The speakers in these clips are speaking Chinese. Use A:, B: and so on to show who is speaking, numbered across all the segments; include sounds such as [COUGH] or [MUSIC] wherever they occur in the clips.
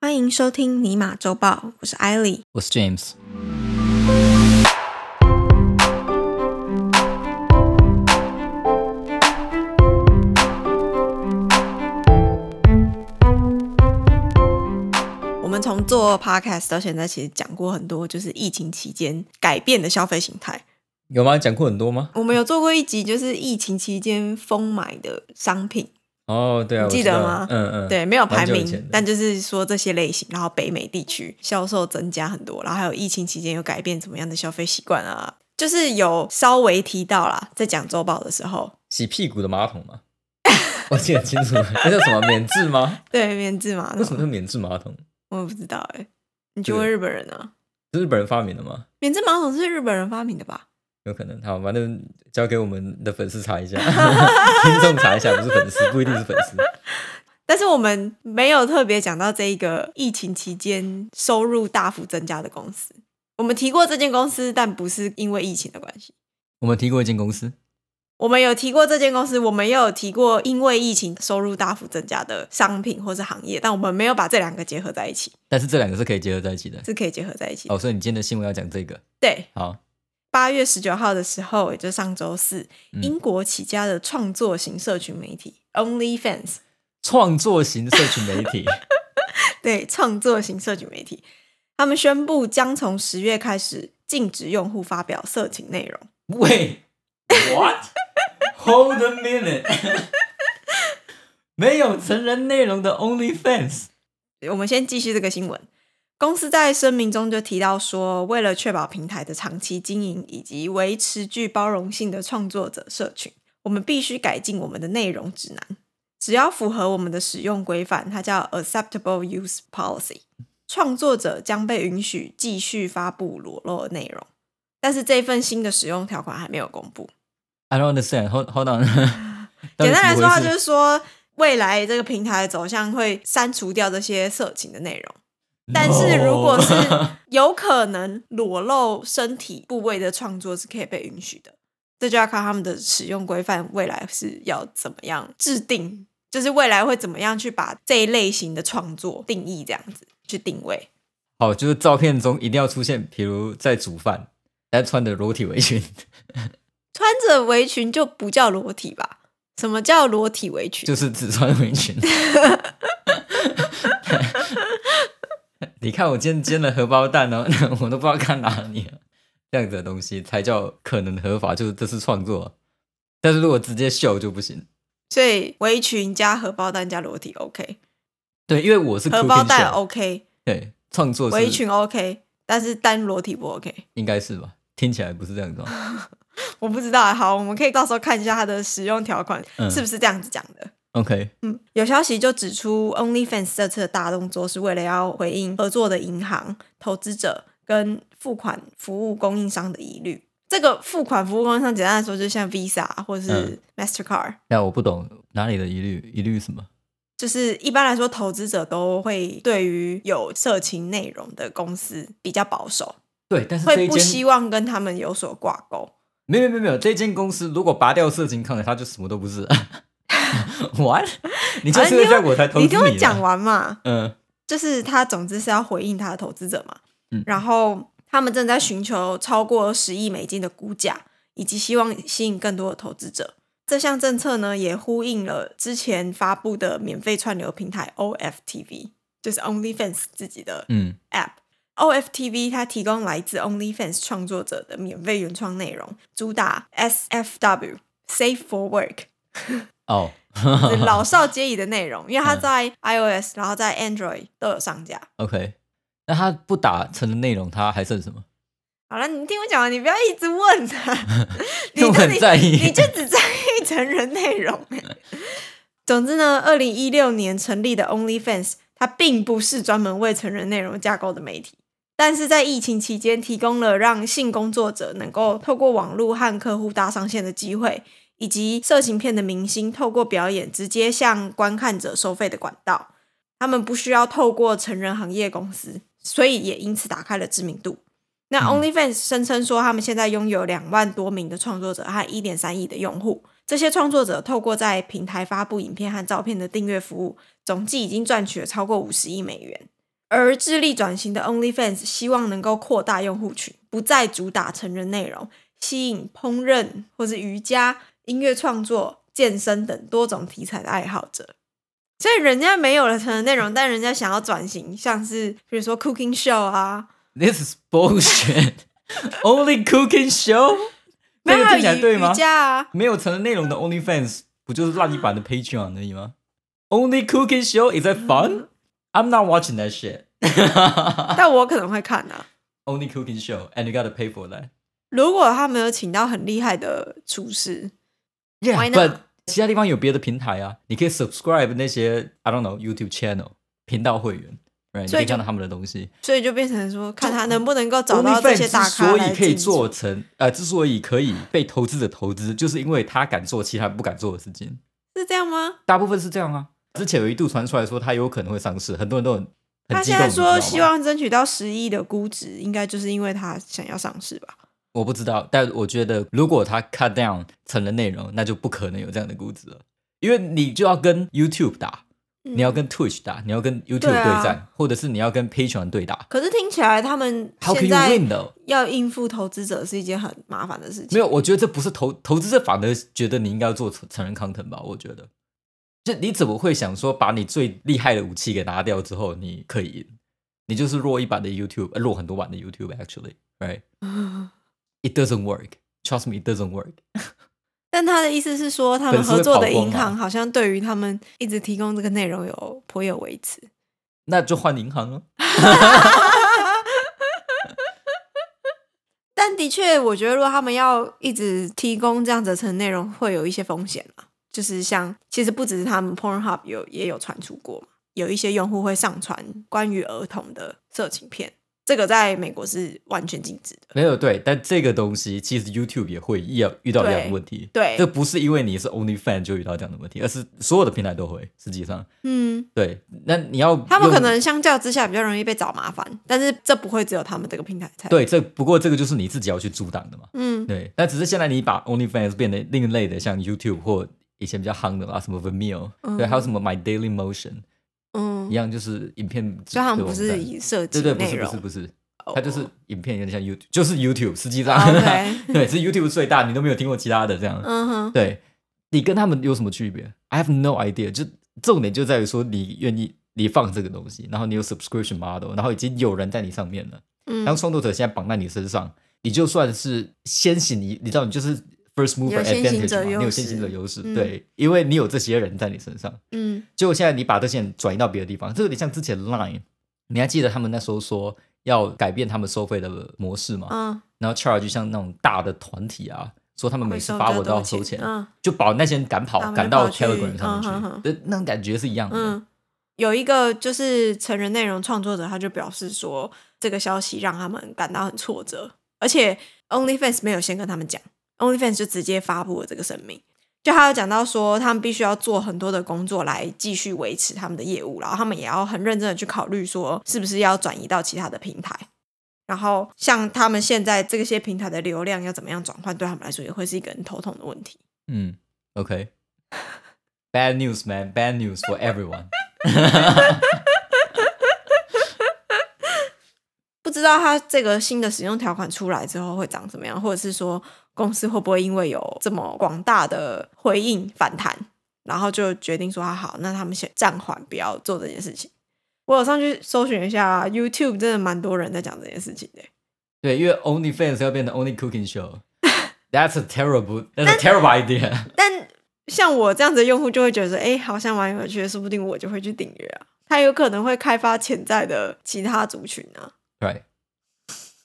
A: 欢迎收听尼玛周报，我是艾莉。
B: 我是 James。
A: 我们从做 podcast 到现在，其实讲过很多，就是疫情期间改变的消费形态。
B: 有吗？讲过很多吗？
A: 我们有做过一集，就是疫情期间疯买的商品，
B: 哦，对啊，
A: 你
B: 我
A: 记
B: 知道
A: 得吗
B: 嗯嗯，
A: 对，没有排
B: 蛮久以前
A: 名
B: 的，
A: 但就是说这些类型，然后北美地区销售增加很多，然后还有疫情期间有改变怎么样的消费习惯啊，就是有稍微提到啦，在讲周报的时候，
B: 洗屁股的马桶吗？ [LAUGHS] 我记得很清楚，那叫什么免治吗？
A: 对，免治马
B: 为什么
A: 桶， [LAUGHS]
B: 叫免治马桶？
A: 我也不知道哎、你去问
B: 对
A: 日本人啊，
B: 是日本人发明的吗？
A: 免治马桶是日本人发明的吧？
B: 有可能，好，反正交给我们的粉丝
A: [LAUGHS]
B: 查一下，听众查一下，不是粉丝，不一定是粉丝。
A: 但是我们没有特别讲到这一个疫情期间收入大幅增加的公司。我们提过这间公司，但不是因为疫情的关系。
B: 我们提过一间公司，
A: 我们有提过这间公司，我们也有提过因为疫情收入大幅增加的商品或是行业，但我们没有把这两个结合在一起，
B: 但是这两个是可以结合在一起的。
A: 是可以结合在一起的。
B: 哦，所以你今天的新闻要讲这个，
A: 对，
B: 好，
A: 八月十九号的时候，也就是上周四，
B: 嗯
A: 英国起家的创作型社群媒体 OnlyFans
B: 创作型社群媒体，
A: 对创作型社群媒体，他们宣布将从十月开始禁止用户发表色情内容。
B: 喂，what？Hold a minute！没有成人内容的 OnlyFans，
A: 我们先继续这个新闻。公司在声明中就提到说，为了确保平台的长期经营以及维持具包容性的创作者社群，我们必须改进我们的内容指南。只要符合我们的使用规范，它叫 Acceptable Use Policy，创作者将被允许继续发布裸露的内容。但是这份新的使用条款还没有公布。
B: I don't understand. Hold hold on. [LAUGHS]
A: 简单来说，它
B: 到
A: 就
B: 底怎么回事
A: 是说，未来这个平台的走向会删除掉这些色情的内容。
B: 嗯
A: 但是如果是
B: 哦 [LAUGHS]
A: 有可能裸露身体部位的创作是可以被允许的，这就要看他们的使用规范未来是要怎么样制定，就是未来会怎么样去把这一类型的创作定义这样子去定位。
B: 好，就是照片中一定要出现，比如在煮饭，但穿的裸体围裙，
A: 穿着围裙就不叫裸体吧？什么叫裸体围裙？
B: 就是只穿围裙。 [LAUGHS] 你看我今天煎了荷包蛋哦，我都不知道看哪里了。这样子的东西才叫可能合法，就是这是创作。但是如果直接秀就不行。
A: 所以围裙加荷包蛋加裸体 OK，
B: 对，因为我是
A: 荷
B: cooking
A: 包蛋
B: show
A: OK，
B: 对，创作是
A: 围裙 OK，但是单裸体不 OK。 [LAUGHS]
B: 应该是吧？听起来不是这样子哦。
A: 我不知道，啊好，我们可以到时候看一下它的使用条款、
B: 嗯
A: 是不是这样子讲的。
B: OK，
A: 嗯，有消息就指出，OnlyFans 这次的大动作是为了要回应合作的银行、投资者跟付款服务供应商的疑虑。这个付款服务供应商，简单来说，就像 Visa 或是
B: 嗯
A: Mastercard，、
B: 那我不懂哪里的疑虑，疑虑什么？
A: 就是一般来说，投资者都会对于有色情内容的公司比较保守，
B: 对，但是这
A: 会
B: 一
A: 不希
B: 间
A: 望跟他们有所挂钩。
B: 没有没有没有，这一间公司如果拔掉色情抗它就什么都不是了。What？你就
A: 啊
B: 是
A: 你
B: 会
A: 听
B: 这样我才投资
A: 你听我
B: 啊
A: 讲完嘛，
B: 嗯
A: 就是他总之是要回应他的投资者嘛，
B: 嗯
A: 然后他们正在寻求超过十亿美金的估价，以及希望吸引更多的投资者。这项政策呢，也呼应了之前发布的免费串流平台 OFTV，就是 OnlyFans 自己的
B: 嗯
A: App。OFTV 它提供来自 OnlyFans 创作者的免费原创内容，主打 SFW Safe for Work
B: 哦，
A: 就是老少皆宜的内容，因为它在 iOS，然后在 Android 都有上架。
B: OK，那它不打成的内容，它还剩什么？，
A: 好了，你听我讲完，你不要一直问啊
B: [LAUGHS]
A: 你到
B: 我
A: 底
B: 很在意
A: 你就只在意成人内容、欸。总之呢，二零一六年成立的 OnlyFans，它并不是专门为成人内容架构的媒体，但是在疫情期间提供了让性工作者能够透过网络和客户搭上线的机会，以及色情片的明星透过表演直接向观看者收费的管道。他们不需要透过成人行业公司，所以也因此打开了知名度。那
B: 嗯
A: OnlyFans 声称说，他们现在拥有两万多名的创作者和一点三亿的用户。这些创作者透过在平台发布影片和照片的订阅服务，总计已经赚取了超过五十亿美元。而致力转型的 OnlyFans 希望能够扩大用户群，不再主打成人内容，吸引烹饪或是瑜伽、音乐创作、健身等多种题材的爱好者。所以人家没有了成人内容，但人家想要转型，像是比如说 cooking show 啊，
B: This is bullshit. Only cooking show？
A: 没
B: 这
A: 有
B: 个
A: 还
B: 听起来
A: 有
B: 对
A: 瑜瑜
B: 吗？
A: 伽
B: [LAUGHS]
A: 啊，
B: 没有成人内容的 OnlyFans 不就是烂泥版的 Patreon 而已吗？Only cooking show is that fun? I'm not watching that shit.
A: 但我可能会看啊。
B: Only cooking show, and you gotta pay for that.
A: 如果他没有请到很厉害的厨师，Why
B: Yeah,
A: not?
B: but 其他地方有别的平台啊，你可以 subscribe 那些 I don't know YouTube channel 频道会员，right？你
A: 所
B: 可
A: 以
B: 以
A: 就
B: 看到他们的东西。
A: 所以就变成说，看他能不能够找到这
B: OnlyFans
A: 些大
B: 之
A: 咖
B: 所
A: 来
B: 以可以
A: 进驻
B: 做成，呃，之所以可以被投资者投资，就是因为他敢做其他人不敢做的事情。
A: 是这样吗？
B: 大部分是这样啊。之前有一度传出来说他有可能会上市，很多人都很
A: 他
B: 很激
A: 现在
B: 动。你知道
A: 说
B: 吗
A: 希，望争取到十亿的估值，应该就是因为他想要上市吧？
B: 我不知道，但我觉得如果他 cut down 成人内容，那就不可能有这样的估值了，因为你就要跟 YouTube 打，
A: 嗯
B: 你要跟 Twitch 打，你要跟 YouTube
A: 对啊
B: 对战，或者是你要跟 Patreon 对打。
A: 可是听起来他们
B: How can
A: 现
B: you
A: 在
B: win 的？
A: 要应付投资者是一件很麻烦的事
B: 没
A: 情。
B: 有，我觉得这不是投投资者反而觉得你应该要做成成人 content 吧？我觉得，就你怎么会想说把你最厉害的武器给拿掉之后，你可以赢？你就是弱一版的 YouTube，、呃、弱很多版的 YouTube actually，right？It doesn't work. Trust me, it doesn't work.
A: [LAUGHS] 但他的意思是说，他们
B: 粉丝会
A: 合作的
B: 跑光
A: 银行
B: 吗
A: 好像对于他们一直提供这个内容有颇有微词。
B: 那就换银行了。啊
A: 但的确，我觉得如果他们要一直提供这样子的成人内容，会有一些风险嘛。就是像，其实不只是他们，Pornhub 有也有传出过嘛，有一些用户会上传关于儿童的色情片，这个在美国是完全禁止的。
B: 没有对，但这个东西其实 YouTube 也会要遇到这样的问题。
A: 对
B: 这不是因为你是 OnlyFan 就遇到这样的问题，而是所有的平台都会。实际上，
A: 嗯，
B: 对，那你要
A: 他们可
B: 用
A: 能相较之下比较容易被找麻烦，但是这不会只有他们这个平台才。
B: 对这，不过这个就是你自己要去阻挡的嘛。
A: 嗯，
B: 对，但只是现在你把 OnlyFans 变得另类的，像 YouTube 或以前比较夯的啦，什么 Vimeo，、
A: 嗯
B: 对，还有什么 My Daily Motion，
A: 嗯
B: 一，样就是影片
A: 所以他们不
B: 的
A: 是
B: 网站
A: 以设计
B: 对对，不
A: 内
B: 是不
A: 容
B: 是不是，
A: 哦
B: 它就是影片有点像 YouTube，就是 YouTube，实际上、 [LAUGHS]
A: 啊 OK
B: 对，是 YouTube 最大，你都没有听过其他的这样。
A: 嗯哼，
B: 对你跟他们有什么区别？I have no idea 就。重点就在于说，你愿意你放这个东西，然后你有 subscription model，然后已经有人在你上面了。当
A: 嗯，
B: 创作者现在绑在你身上，你就算是先行你，你知道你就是 first
A: 有
B: mover
A: 先行者
B: advantage 嘛，你
A: 优
B: 有
A: 势
B: 先行者优势，
A: 嗯
B: 对，因为你有这些人在你身上。
A: 嗯，
B: 结果现在你把这些人转移到别的地方，这有点像之前 Line，你还记得他们那时候说要改变他们收费的模式吗？
A: 嗯，
B: 然后 charge 就像那种大的团体啊，说他们每
A: 会收
B: 次
A: 比
B: 发
A: 较
B: 文都要
A: 多
B: 收钱，
A: 嗯。
B: 就把那些人赶跑
A: 他，们就
B: 赶到
A: 跑去
B: Telegram 上面去，
A: 嗯哼哼
B: 对那种感觉是一样的。
A: 嗯，有一个就是成人内容创作者，他就表示说，这个消息让他们感到很挫折，而且 OnlyFans 没有先跟他们讲，OnlyFans 就直接发布了这个声明。就他有讲到说，他们必须要做很多的工作来继续维持他们的业务，然后他们也要很认真的去考虑说，是不是要转移到其他的平台。然后像他们现在这些平台的流量要怎么样转换，对他们来说也会是一个很头痛的问题。
B: 嗯，OK。Bad news, man. Bad news for everyone.
A: 不知道它这个新的使用条款出来之后会长什么样，或者是说公司会不会因为有这么广大的回应反弹，然后就决定说啊好，那他们先暂缓，不要做这件事情。我有上去搜寻一下，YouTube 啊真的蛮多人在讲这件事情的。
B: 对，因为 OnlyFans 要变成 Only Cooking Show。That's a terrible, that's a terrible idea. [LAUGHS]
A: 但像我这样子的用户就会觉得说，哎、好像蛮有趣的，说不定我就会去订阅啊。它有可能会开发潜在的其他族群啊。
B: Right?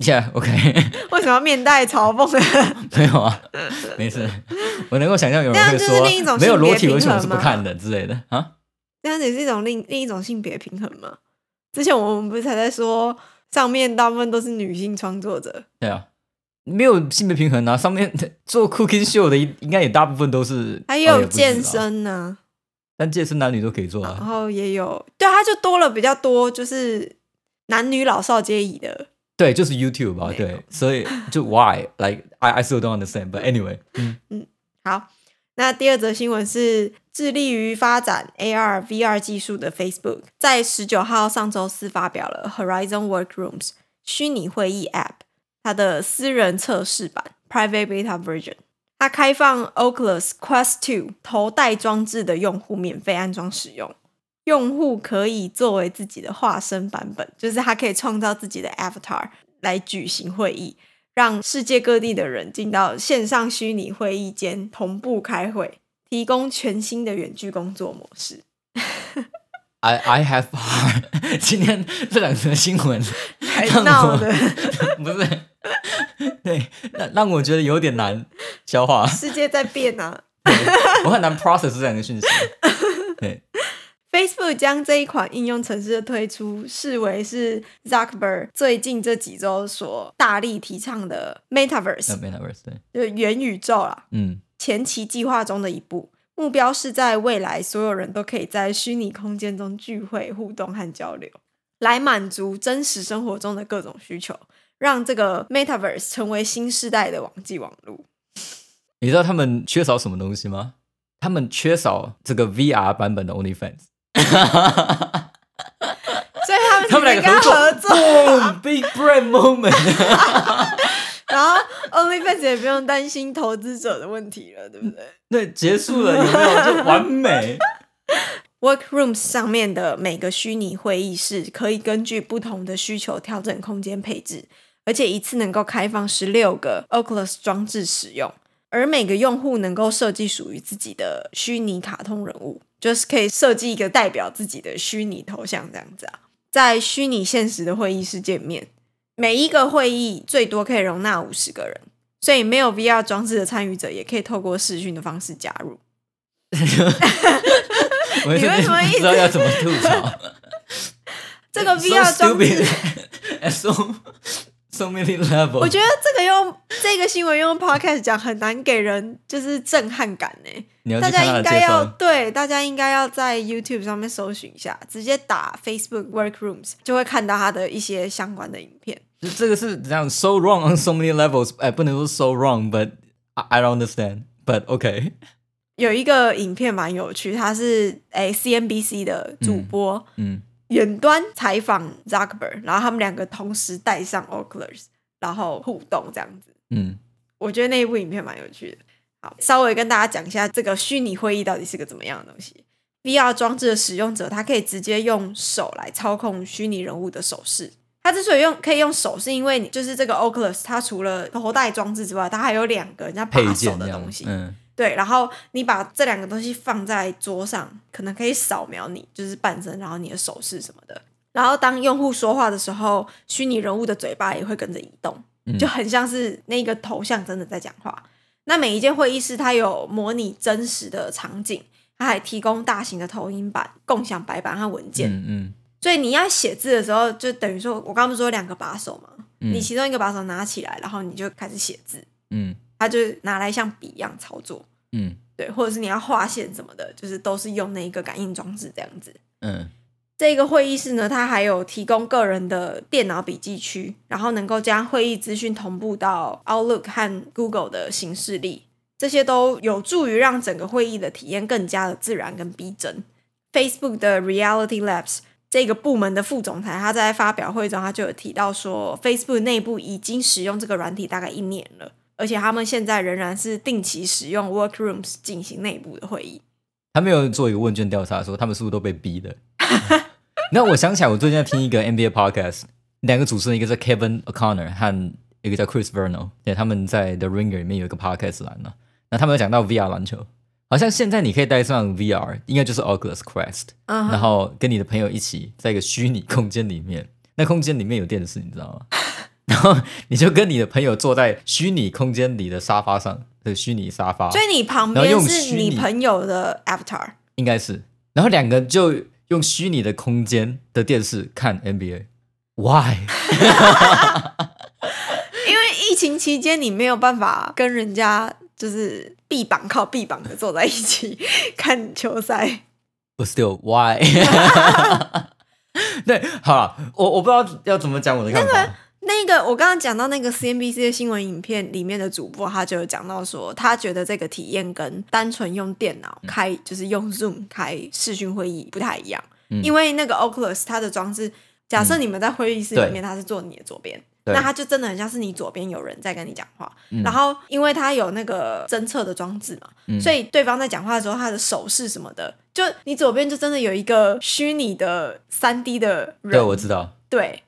B: Yeah, OK. [LAUGHS]
A: 为什么要面带嘲讽？
B: 没有啊，没事。我能够想象有人
A: 那
B: 会
A: 就是
B: 说
A: 另一种，
B: 没有
A: 性别
B: 裸体
A: 平
B: 为什么
A: 衡
B: 是不
A: 嘛
B: 看的之类的啊？
A: 这样子也是一种另另一种性别平衡吗？之前我们不是才在说，上面大部分都是女性创作者，
B: 对啊，没有性别平衡啊。上面 [LAUGHS] 做 Cooking Show 的应该也大部分都是，
A: 还
B: 哦
A: 有
B: 也不是
A: 健
B: 啊，
A: 身哦呢、
B: 但健身男女都可以做
A: 然
B: 啊。
A: 后也有，对，它就多了比较多，就是男女老少皆宜的。
B: 对，就是 YouTube 啊，
A: 没有
B: 对，所以就 Why? Like I I still don't understand. But anyway，嗯
A: 好，那第二则新闻是致力于发展 AR、VR 技术的 Facebook，在十九号上周四发表了 Horizon Workrooms 虚拟会议 App 它的私人测试版 （Private Beta Version）。它开放 Oculus Quest 2头戴装置的用户免费安装使用，用户可以作为自己的化身版本，就是它可以创造自己的 avatar 来举行会议，让世界各地的人进到线上虚拟会议间同步开会，提供全新的远距工作模式。
B: I I have [LAUGHS] heart 。今天这两则新闻让
A: 闹
B: 我
A: 的
B: [LAUGHS] 不是， [LAUGHS] 对，让让我觉得有点难消化，
A: 世界在变啊！
B: 我很难 process 这两个 [LAUGHS] 讯息。对，
A: Facebook 将这一款应用程式的推出视为是 Zuckerberg 最近这几周所大力提倡的 Metaverse，、
B: 那 metaverse 对，
A: 就是元宇宙啦，
B: 嗯，
A: 前期计划中的一步。目标是在未来，所有人都可以在虚拟空间中聚会、互动和交流，来满足真实生活中的各种需求，让这个 Metaverse 成为新时代的网际网络。
B: 你知道他们缺少什么东西吗？他们缺少这个 VR 版本的 OnlyFans。
A: 所以他们
B: 他们
A: 只能跟
B: 两个
A: 他合
B: 合作
A: 作，
B: ，Boom Big Brain Moment。 [LAUGHS]
A: 然后 OnlyFans 也不用担心投资者的问题了，对不对？
B: 对，结束了，有没有？就完美。
A: Workrooms 上面的每个虚拟会议室可以根据不同的需求调整空间配置，而且一次能够开放十六个 Oculus 装置使用，而每个用户能够设计属于自己的虚拟卡通人物，就是可以设计一个代表自己的虚拟头像这样子啊，在虚拟现实的会议室见面。每一个会议最多可以容纳五十个人，所以没有 VR 装置的参与者也可以透过视讯的方式加入。
B: 我
A: 你为什么一直
B: 不知道要怎么吐
A: [LAUGHS]
B: 槽？
A: 这个
B: 哎 So
A: VR 装置
B: [LAUGHS] stupid at so so many level。
A: 我觉得这个用这个新闻用 podcast 讲很难给人就是震撼感呢、
B: 你要
A: 大
B: 去
A: 家
B: 看他
A: 应
B: 的
A: 该
B: 介
A: 要
B: 绍，
A: 对，大家应该要在 YouTube 上面搜寻一下，直接打 Facebook Workrooms 就会看到它的一些相关的影片。
B: 就这个是这样 so wrong on so many levels。哎，不能说 so wrong，but I I don't understand。But OK，
A: 有一个影片蛮有趣，它是诶 CNBC 的主播、
B: [LAUGHS] 嗯，
A: 远端采访 Zuckerberg，然后他们两个同时戴上 Oculus，然后互动这样子。
B: 嗯，
A: 我觉得那一部影片蛮有趣的。好，稍微跟大家讲一下这个虚拟会议到底是个怎么样的东西。VR 装置的使用者，他可以直接用手来操控虚拟人物的手势。他之所以用可以用手，是因为你就是这个 Oculus，它除了头戴装置之外，它还有两个人家把
B: 配
A: 手
B: 件这
A: 的
B: 样
A: 东西。
B: 嗯，
A: 对，然后你把这两个东西放在桌上，可能可以扫描你就是半身，然后你的手势什么的。然后当用户说话的时候，虚拟人物的嘴巴也会跟着移动，
B: 嗯
A: 就很像是那个头像真的在讲话。那每一间会议室它有模拟真实的场景，它还提供大型的投影板、共享白板和文件。
B: 嗯嗯
A: 所以你要写字的时候，就等于说我刚刚不是说有两个把手嘛，
B: 嗯
A: 你其中一个把手拿起来，然后你就开始写字，
B: 嗯
A: 它就拿来像笔一样操作。
B: 嗯
A: 对，或者是你要画线什么的，就是都是用那一个感应装置这样子。
B: 嗯
A: 这个会议室呢，它还有提供个人的电脑笔记区，然后能够将会议资讯同步到 Outlook 和 Google 的形式力，这些都有助于让整个会议的体验更加的自然跟逼真。Facebook 的 Reality Labs 这个部门的副总裁，他在发表会中，他就有提到说，Facebook 内部已经使用这个软体大概一年了，而且他们现在仍然是定期使用 Workrooms 进行内部的会议。
B: 他没有做一个问卷调查，说他们是不是都被逼的。 [LAUGHS] 那我想起来，我最近在听一个 NBA podcast，两个主持人，一个叫 Kevin O'Connor 和一个叫 Chris Verno，对，他们在 The Ringer 里面有一个 podcast 栏呢、那他们有讲到 VR 篮球，好像现在你可以带上 VR，应该就是 Oculus Quest，、
A: 嗯哼
B: 然后跟你的朋友一起在一个虚拟空间里面，那空间里面有电视，你知道吗？ [LAUGHS] 然后你就跟你的朋友坐在虚拟空间里的沙发上的虚拟沙发，
A: 所以你旁
B: 然后
A: 边
B: 用
A: 是
B: 虚
A: 你
B: 拟
A: 朋友的 Avatar。
B: 应该是。然后两个就用虚拟的空间的电视看 NBA。Why？ [LAUGHS]
A: 因为疫情期间你没有办法跟人家就是臂膀靠臂膀的坐在一起看球赛，
B: 不 still why？对，好了，我我不知道要怎么讲我的看法。
A: 那个我刚刚讲到那个 CNBC 的新闻影片里面的主播，他就有讲到说，他觉得这个体验跟单纯用电脑开，就是用 Zoom 开视讯会议不太一样，
B: 嗯
A: 因为那个 Oculus 它的装置，假设你们在会议室里面，它是坐你的左边。
B: 对
A: 那它就真的很像是你左边有人在跟你讲话，
B: 嗯
A: 然后因为它有那个侦测的装置嘛，
B: 嗯
A: 所以对方在讲话的时候，他的手势什么的，就你左边就真的有一个虚拟的三 D 的人，
B: 对，我知道。
A: 对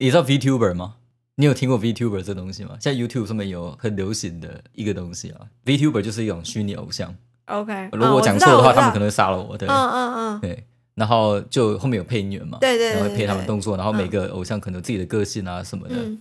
B: 你知道 VTuber 吗？你有听过 VTuber 这东西吗？现在 YouTube 上面有很流行的一个东西啊，VTuber 就是一种虚拟偶像。
A: OK，
B: 如果
A: 哦我
B: 我讲错的话，他们可
A: 能
B: 能会杀了我。对、
A: 嗯嗯嗯，
B: 对，然后就后面有配音员嘛，
A: 对对对
B: 然后会配他们
A: 对
B: 动作，然后
A: 嗯
B: 每个偶像可能有自己的个性啊什么的。
A: 嗯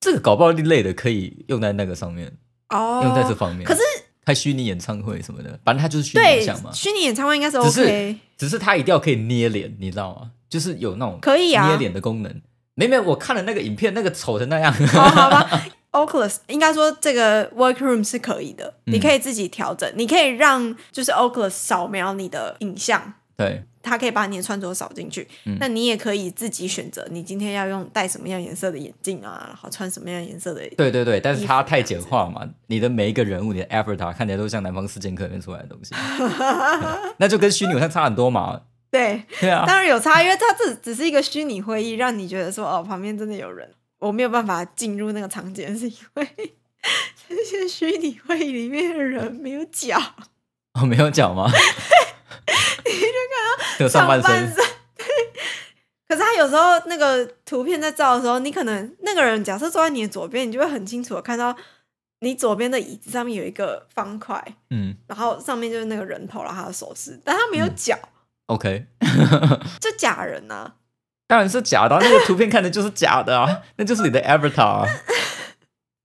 B: 这个搞不好另类的可以用在那个上面，
A: 哦，
B: 用在这方面。
A: 可是
B: 开虚拟演唱会什么的，反正它就是虚拟偶
A: 对
B: 像嘛。
A: 虚拟演唱会应该是
B: 只是
A: OK，
B: 只是它一定要可以捏脸，你知道吗？就是有那种
A: 可以啊
B: 捏
A: [LAUGHS]
B: 脸的功能。没没，我看了那个影片，那个丑成那样。
A: 好哦好吧。Oculus 应该说这个 Workroom 是可以的，
B: 嗯
A: 你可以自己调整，你可以让就是 Oculus 扫描你的影像，
B: 对，
A: 它可以把你的穿着扫进去。
B: 嗯
A: 那你也可以自己选择你今天要用戴什么样颜色的眼镜啊，然后穿什么样颜色的 [LAUGHS]
B: 对对对，但
A: 衣
B: 是
A: 服
B: 它
A: 这
B: 太
A: 样
B: 简
A: 子
B: 化嘛，你的每一个人物，你的 avatar 看起来都像南方四剑客里面出来
A: [LAUGHS]
B: 的东西， [LAUGHS] 对那就跟虚拟偶像差很多嘛。
A: 对，
B: 对啊，
A: 当然有差，因为它这只是一个虚拟会议，让你觉得说哦，旁边真的有人，我没有办法进入那个场景，是因为 [LAUGHS] 这些虚拟会议里面的人没有脚，
B: 我哦没有
A: [LAUGHS]
B: 脚吗？ [LAUGHS] 你就看到 [LAUGHS] 上半身，
A: 对。 [LAUGHS] 可是他有时候那个图片在照的时候，你可能那个人假设坐在你的左边，你就会很清楚的看到你左边的椅子上面有一个方块，
B: 嗯
A: 然后上面就是那个人头，然后他的手势，但他没有
B: 嗯
A: 脚，
B: ，OK，
A: 就假人呐、啊。
B: 当然是假的啊、那个图片看的就是假的啊， [LAUGHS] 那就是你的 avatar 啊，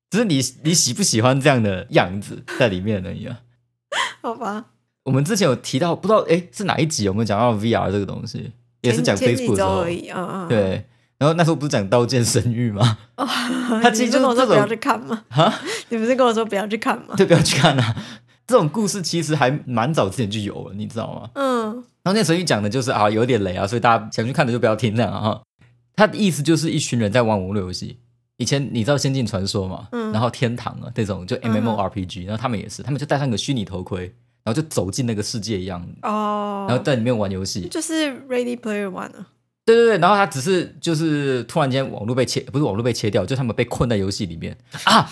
B: 只是你你喜不喜欢这样的样子在里面而已啊。
A: 好吧，
B: 我们之前有提到，不知道诶是哪一集有没有讲到 VR 这个东西，也是讲
A: 前前几
B: Facebook 的时
A: 周
B: 候
A: 而，已，嗯嗯，嗯， [LAUGHS] 哦
B: 对。然后那时候不是讲刀剑神域吗？ [LAUGHS] 他其实
A: 你不跟我
B: 就是
A: 说
B: 这种
A: 不要去看吗？
B: 啊，
A: 你不是跟我说不要去看吗？
B: 对，不要去看啊。这种故事其实还蛮早之前就有了，你知道吗？
A: 嗯，
B: 然后那神域讲的就是啊，有点雷啊，所以大家想去看的就不要听这样啊。哈他的意思就是一群人在玩网络游戏。以前你知道《仙境传说》嘛，
A: 嗯
B: 然后《天堂》啊这种就
A: 嗯哼
B: MMORPG，、然后他们也是，他们就戴上个虚拟头盔，然后就走进那个世界一样，
A: 哦，
B: 然后在里面玩游戏。
A: 就是 Ready Player One 啊，
B: 对对对，然后他只是就是突然间网络被切，不是网络被切掉，就他们被困在游戏里面啊，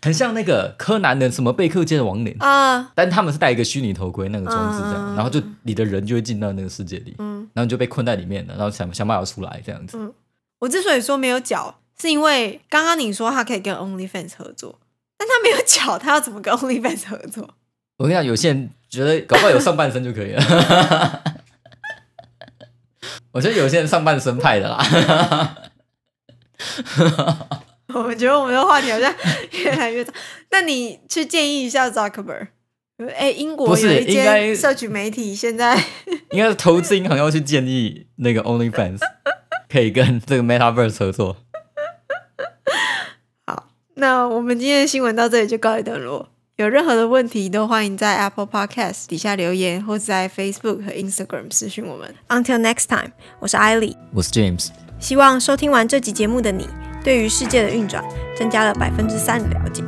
B: 很像那个柯南的什么贝克街的亡灵，
A: 啊，
B: 但他们是戴一个虚拟头盔那个装置这样，
A: 嗯
B: 然后就你的人就会进到那个世界里，
A: 嗯
B: 然后你就被困在里面了，然后想想办法出来这样子。
A: 嗯我之所以说没有脚，是因为刚刚你说他可以跟 OnlyFans 合作，但他没有脚，他要怎么跟 OnlyFans 合作？
B: 我跟你讲，有些人觉得搞不好有上半身就可以了， [LAUGHS] 我觉得有些人上半身派的啦，
A: [LAUGHS] 我觉得我们的话题好
B: [LAUGHS]
A: 像越来越长。那你去建议一下 Zuckerberg？哎，英国
B: 不是
A: 有一
B: 应该
A: 间社群媒体现在
B: 应该是投资银行要去建议那个 OnlyFans 可以跟这个 MetaVerse 合作。
A: 那我们今天的新闻到这里就告一段落。有任何的问题，都欢迎在 Apple Podcast 底下留言，或者在 Facebook 和 Instagram 私讯我们。Until next time，我是艾莉。
B: 我是 James。
A: 希望收听完这集节目的你，对于世界的运转增加了百分之三的了解。